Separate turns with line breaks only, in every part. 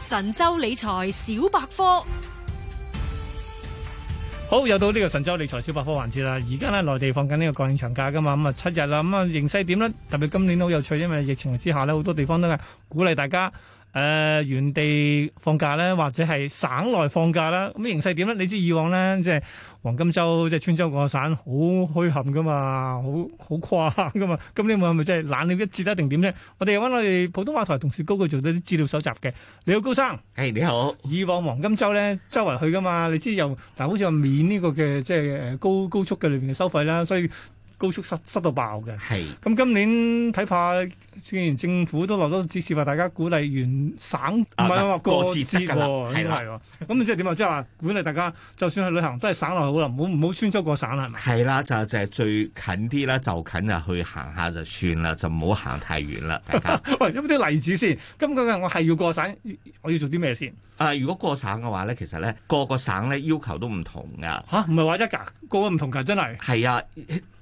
神州理財小百科。
好，又到呢個神州理財小百科環節啦。而家咧，內地放緊呢個國慶長假噶嘛，咁啊七日啦，咁啊形勢點咧？特別今年都好有趣，因為疫情之下咧，好多地方都係鼓勵大家誒、呃、原地放假咧，或者係省內放假啦。咁形勢點咧？你知以往咧，即係黃金周、即係川州個省好墟冚噶嘛，好好誇張噶嘛。今年會係咪真係懶了一截一定點咧？我哋揾我哋普通話台同事高炬做咗啲資料搜集嘅。你好，高生。
誒你好，
以往黃金周咧，周圍去噶嘛，你知又嗱，好似話免呢個嘅即係誒高高速嘅裏邊嘅收費啦，所以高速塞塞到爆嘅。
係
咁今年睇怕，既然政府都落咗指示話，大家鼓勵原省唔係話過
啊過節
節
得㗎啦
喎，
係
係
啦
啦，咁即係點啊？即係話鼓勵大家，就算去旅行都係省內好啦，唔好唔好穿州過省啦，係咪？
係啦，就就係最近啲啦，就近啊去行下就算啦，就唔好行太 遠啦，大家。
喂，有冇啲例子先？咁究竟我係要過省，我要做啲咩先？
啊，如果過省嘅話咧，其實咧個個省咧要求都唔同噶，
吓，唔係話一㗎，個個唔同㗎，真係。
係啊，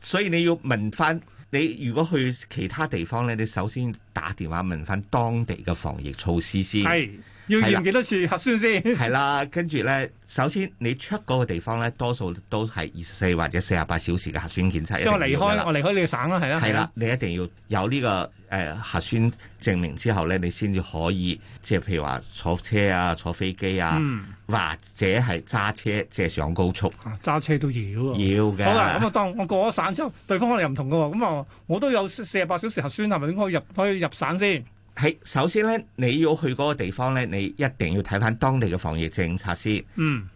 所以你要問翻你如果去其他地方咧，你首先打電話問翻當地嘅防疫措施先。
係要
係啦
驗幾多次核酸先？
係啦，跟住咧，首先你出嗰個地方咧，多數都係二十四或者四十八小時嘅核酸檢測。
即係我
一
離
定要㗎啦
開，我離開呢個省啦，係啦，
係啦，，你一定要有呢、個誒、呃核酸證明之後咧，你先至可以即係譬如話坐車啊、坐飛機啊，
嗯，
或者係揸車即係上高速
啊揸車都要
要
喎。
嘅。
好啦，咁啊，當我過咗省之後，對方可能又唔同嘅喎，咁啊，我都有四十八小時核酸，係咪應該入可以入省先？
喺首先
啊
咧，你要去嗰個地方咧，你一定要睇翻當地嘅防疫政策先。誒、
嗯，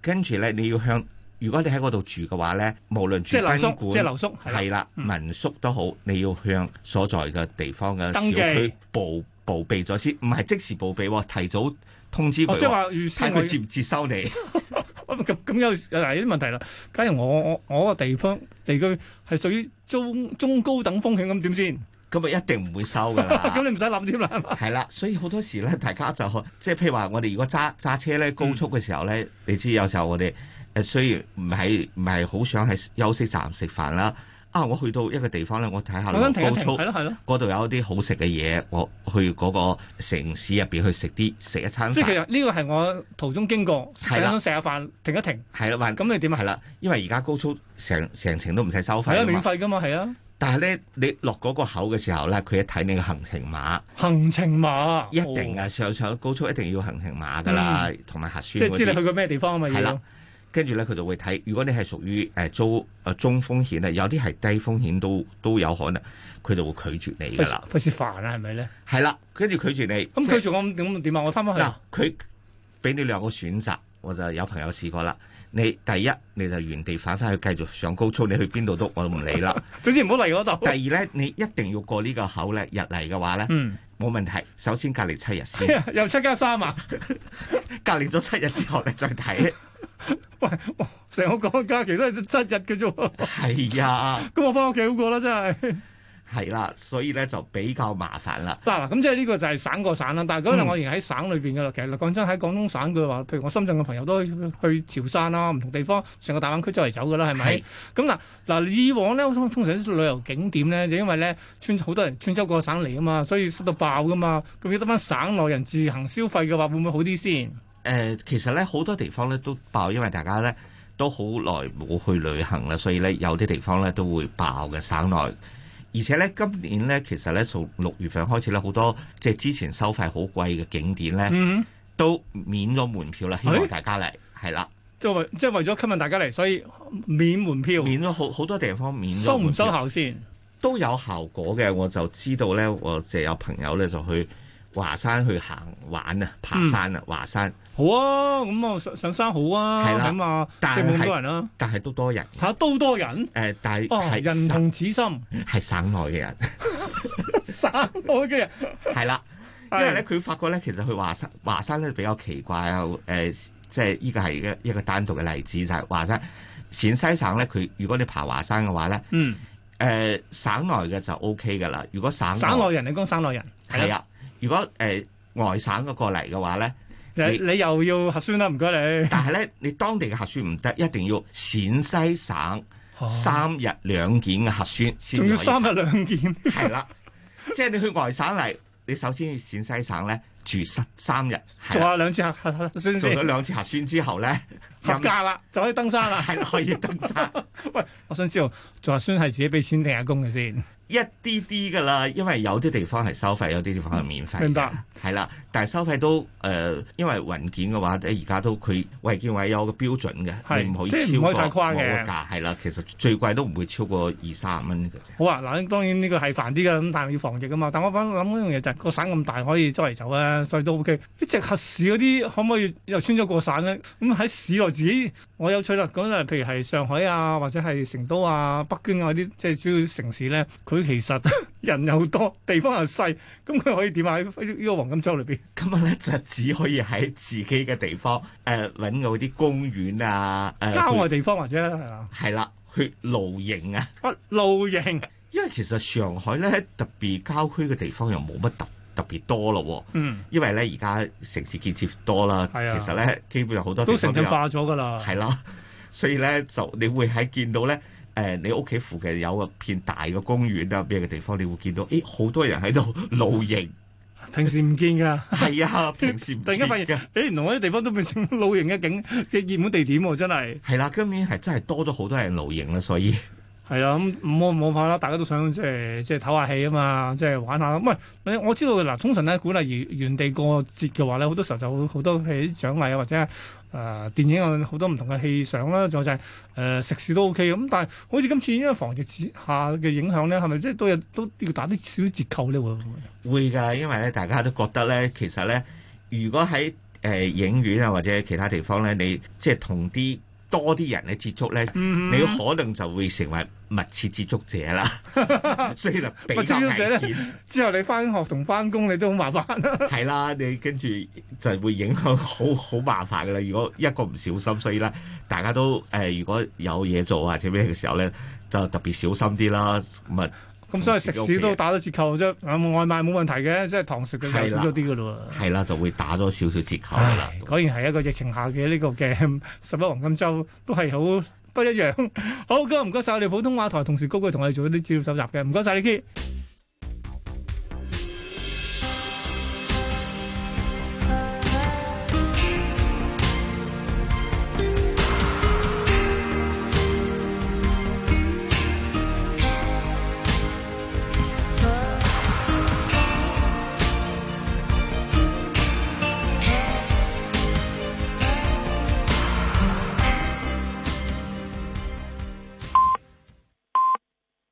跟住咧，你要向如果你喺嗰度住嘅話咧，無論住
即係留
賓
宿，即係
館。
留宿，係啦
係啦，
嗯
民宿都好，你要向所在嘅地方嘅
登記
小區報報備咗先，唔係即時報備喎，提早通知
哦
佢
即係
喎。
話預
睇
先我
佢接唔接收你，
咁咁咁有嗱有啲問題啦。假如我我我個地方地區係屬於中中高等風險咁點先？
咁啊一定唔會收噶啦
咁。嗯你唔使諗添啦，係嘛
係啦，所以好多時咧，大家就即係譬如話，我哋如果揸揸車咧，高速嘅時候
嗯
咧，你知有時候我哋誒雖然唔係唔係好想喺休息站食飯啦，啊，我去到一個地方咧，我睇下
我想
路
停一
高
停，
速
係咯係咯。
嗰度有啲好食嘅嘢，我去嗰個城市入邊去食啲食一餐
即係其
飯，
實呢個係我途中經過，
係啦
想食下飯，停一停，
係啦，還
咁你點啊？
係啦，因為而家高速成成程都唔使收費
係啊，
啊
免
嘛，
費㗎嘛，係啊，
但係咧你落嗰個口嘅時候咧，佢一睇你嘅行程碼。
行程碼
一定
哦
啊，上上高速一定要行程碼噶啦，同埋核
嗯即
酸
係知
嗰
你去
啲。
過咩地方啊嘛，
係
要
啦。跟住咧，佢就會睇。如果你係屬於誒中誒中風險咧，有啲係低風險都都有可能，佢就會拒絕你噶
費事
啦。
費事煩啊，係咪咧？
係啦，跟住拒絕你。
咁
即
佢
係
仲咁點點啊？我翻返去
嗱
啊，
佢俾你兩個選擇，我就有朋友試過啦。你第一你就原地返返去繼續上高速，你去邊度都我都唔理 啦。
總之唔好嚟嗰度
第。二咧，你一定要過呢個口咧，入嚟嘅話咧
嗯，
冇問題。首先隔離七日 先，
又七加三啊！
隔離咗七日之後咧再睇。
成個國家其實都係七日嘅啫喎，
係呀。
咁我翻屋企好過啦，真係。
係啦，所以咧就比較麻煩啦。
嗱，咁即係呢個就係省過省啦。但係嗰陣
嗯
我仍然喺省裏邊嘅啦。其實講真，喺廣東省嘅話，譬如我深圳嘅朋友都去去潮汕啦，唔同地方，成個大灣區周圍走嘅啦，係咪
係？
咁嗱嗱，以往咧通通常啲旅遊景點咧，就因為咧穿好多人穿州過省嚟啊嘛，所以塞到爆噶嘛。咁要得翻省內人自行消費嘅話，會唔會好啲先？
誒、其實咧好多地方咧都爆，因為大家咧都好耐冇去旅行啦，所以咧有啲地方咧都會爆嘅省內。而且咧今年咧，其實咧從六月份開始咧，好多即係之前收費好貴嘅景點咧，
嗯。
都免咗門票啦，希望
哎
大家嚟。係啦，
即係為即係為咗吸引大家嚟，所以免門票，
免咗好好多地方免咗
收唔
門票
收效先？
都有效果嘅，我就知道咧，我就有朋友咧就去華山去行玩啊，爬山
嗯
啊，華山，
好啊，咁啊上上山好啊，
係啦
咁啊，即
但
係冇咁
係
多人啦、
但係都多人。
吓都多人，
誒、但係
哦，
係
人
省
同 此心，
係省內嘅 人，
省內嘅人，
係啦，因為咧佢發覺咧，其實去華山華山咧比較奇怪啊，誒、即係呢個係一個一個單獨嘅例子，就係、華山陝西省咧，佢如果你爬華山嘅話咧，誒、
嗯，
省內嘅就 O K 噶啦，如果省
省內人，你講省內人，
係
啊，
啊，如果誒、外省嘅過嚟嘅話咧，
你啊你又要核酸啦，唔該你，
但係咧你當地嘅核酸唔得，一定要陝西省
哦
三日兩檢嘅核酸先
仲
可以
要三日兩檢，
係啦，即係你去外省嚟，你首先要陝西省咧，住十三日，係
做
啦
下兩次核核酸
做咗
先，
兩次核酸之後咧，
合格啦，就可以登山 啦。
係啦可以登山。
喂，我想知道做核酸係自己俾錢定係工嘅先？
一啲啲噶啦，因為有啲地方係收費，有啲地方係免費。
明白，
係啦，但係收費都誒、呃因為雲件嘅話，你而家都佢衞健委有個標準
係
嘅，你唔可以
即係
超
唔可
過
以太誇
某個
嘅
價，係啦，其實最貴都唔會超過二三十蚊嘅啫。
好啊，嗱，當然呢個係煩啲嘅，咁但係要防疫啊噶嘛。但我反諗一樣嘢就係、個省咁大，可以周圍走啊，所以都 OK。一隻核市嗰啲可唔可以又穿咗過省咧？咁喺市內自己，我有趣啦。咁啊，譬如係上海啊，或者係成都啊、北京啊嗰啲，即係主要城市咧，佢其實 人又多，地方又細，咁佢可以點啊？喺呢個黃金周裏邊，
今日啊咧就只可以喺自己嘅地方誒揾嗰啲公園啊，誒
郊外
去
地方或者係啊嘛？
係啦，去露營啊。
啊露營
因為其實上海咧特別郊區嘅地方又冇乜特特別多咯喎。
嗯，
因為咧而家城市建設多啦，
係啊
其實咧基本上好多
都
地
城
方
鎮
有
化咗㗎啦。
啊係啦，所以咧就你會喺見到咧。誒，你屋企附近有個片大嘅公園啊，咩嘅地方，你會見到，誒，好多人喺度 露營，
平時唔見㗎。
係啊， 平時唔
突然間發現，
見㗎
誒原來我啲地方都變成露營嘅景嘅熱門地點喎，真係
係啦，今年係真係多咗好多人露營啦，所以
係啊，咁冇冇法啦，大家都想即係即係唞下氣啊嘛，即係玩下。咁喂，我知道嗱，通常咧鼓勵原原地過節嘅話咧，好多時候就會好多係獎勵啊，或者係誒、呃、電影有好多唔同嘅戲賞啦，仲有就係、呃食肆都 OK 嘅咁，但係好似今次因為防疫之下嘅影響咧，係咪即係都有都要打啲少少折扣咧？會唔會
會㗎，因為咧大家都覺得咧，其實咧，如果喺誒、呃影院啊或者其他地方咧，你即係同啲多啲人咧接觸咧，
嗯
你可能就會成為密切接觸者 啦，所以就比
密切
較
接
危
觸者咧
險，
之後你翻學同翻工你都好麻煩啦。
係啦，你跟住就會影響好好麻煩噶啦。如果一個唔小心，所以咧，大家都誒、呃如果有嘢做或者咩嘅時候咧，就特別小心啲啦。咁啊，
咁所以食肆都打咗折扣啫，啊外賣冇問題嘅，即係堂食嘅
係啦
又少咗啲嘅咯喎。
係啦，就會打咗少少折扣噶啦
唉。，果然係一個疫情下嘅呢個嘅 十一黃金周都係好不一樣。好，今日唔該晒我哋普通話台同事高炬同我哋做咗啲資料搜集嘅，唔該晒你 K。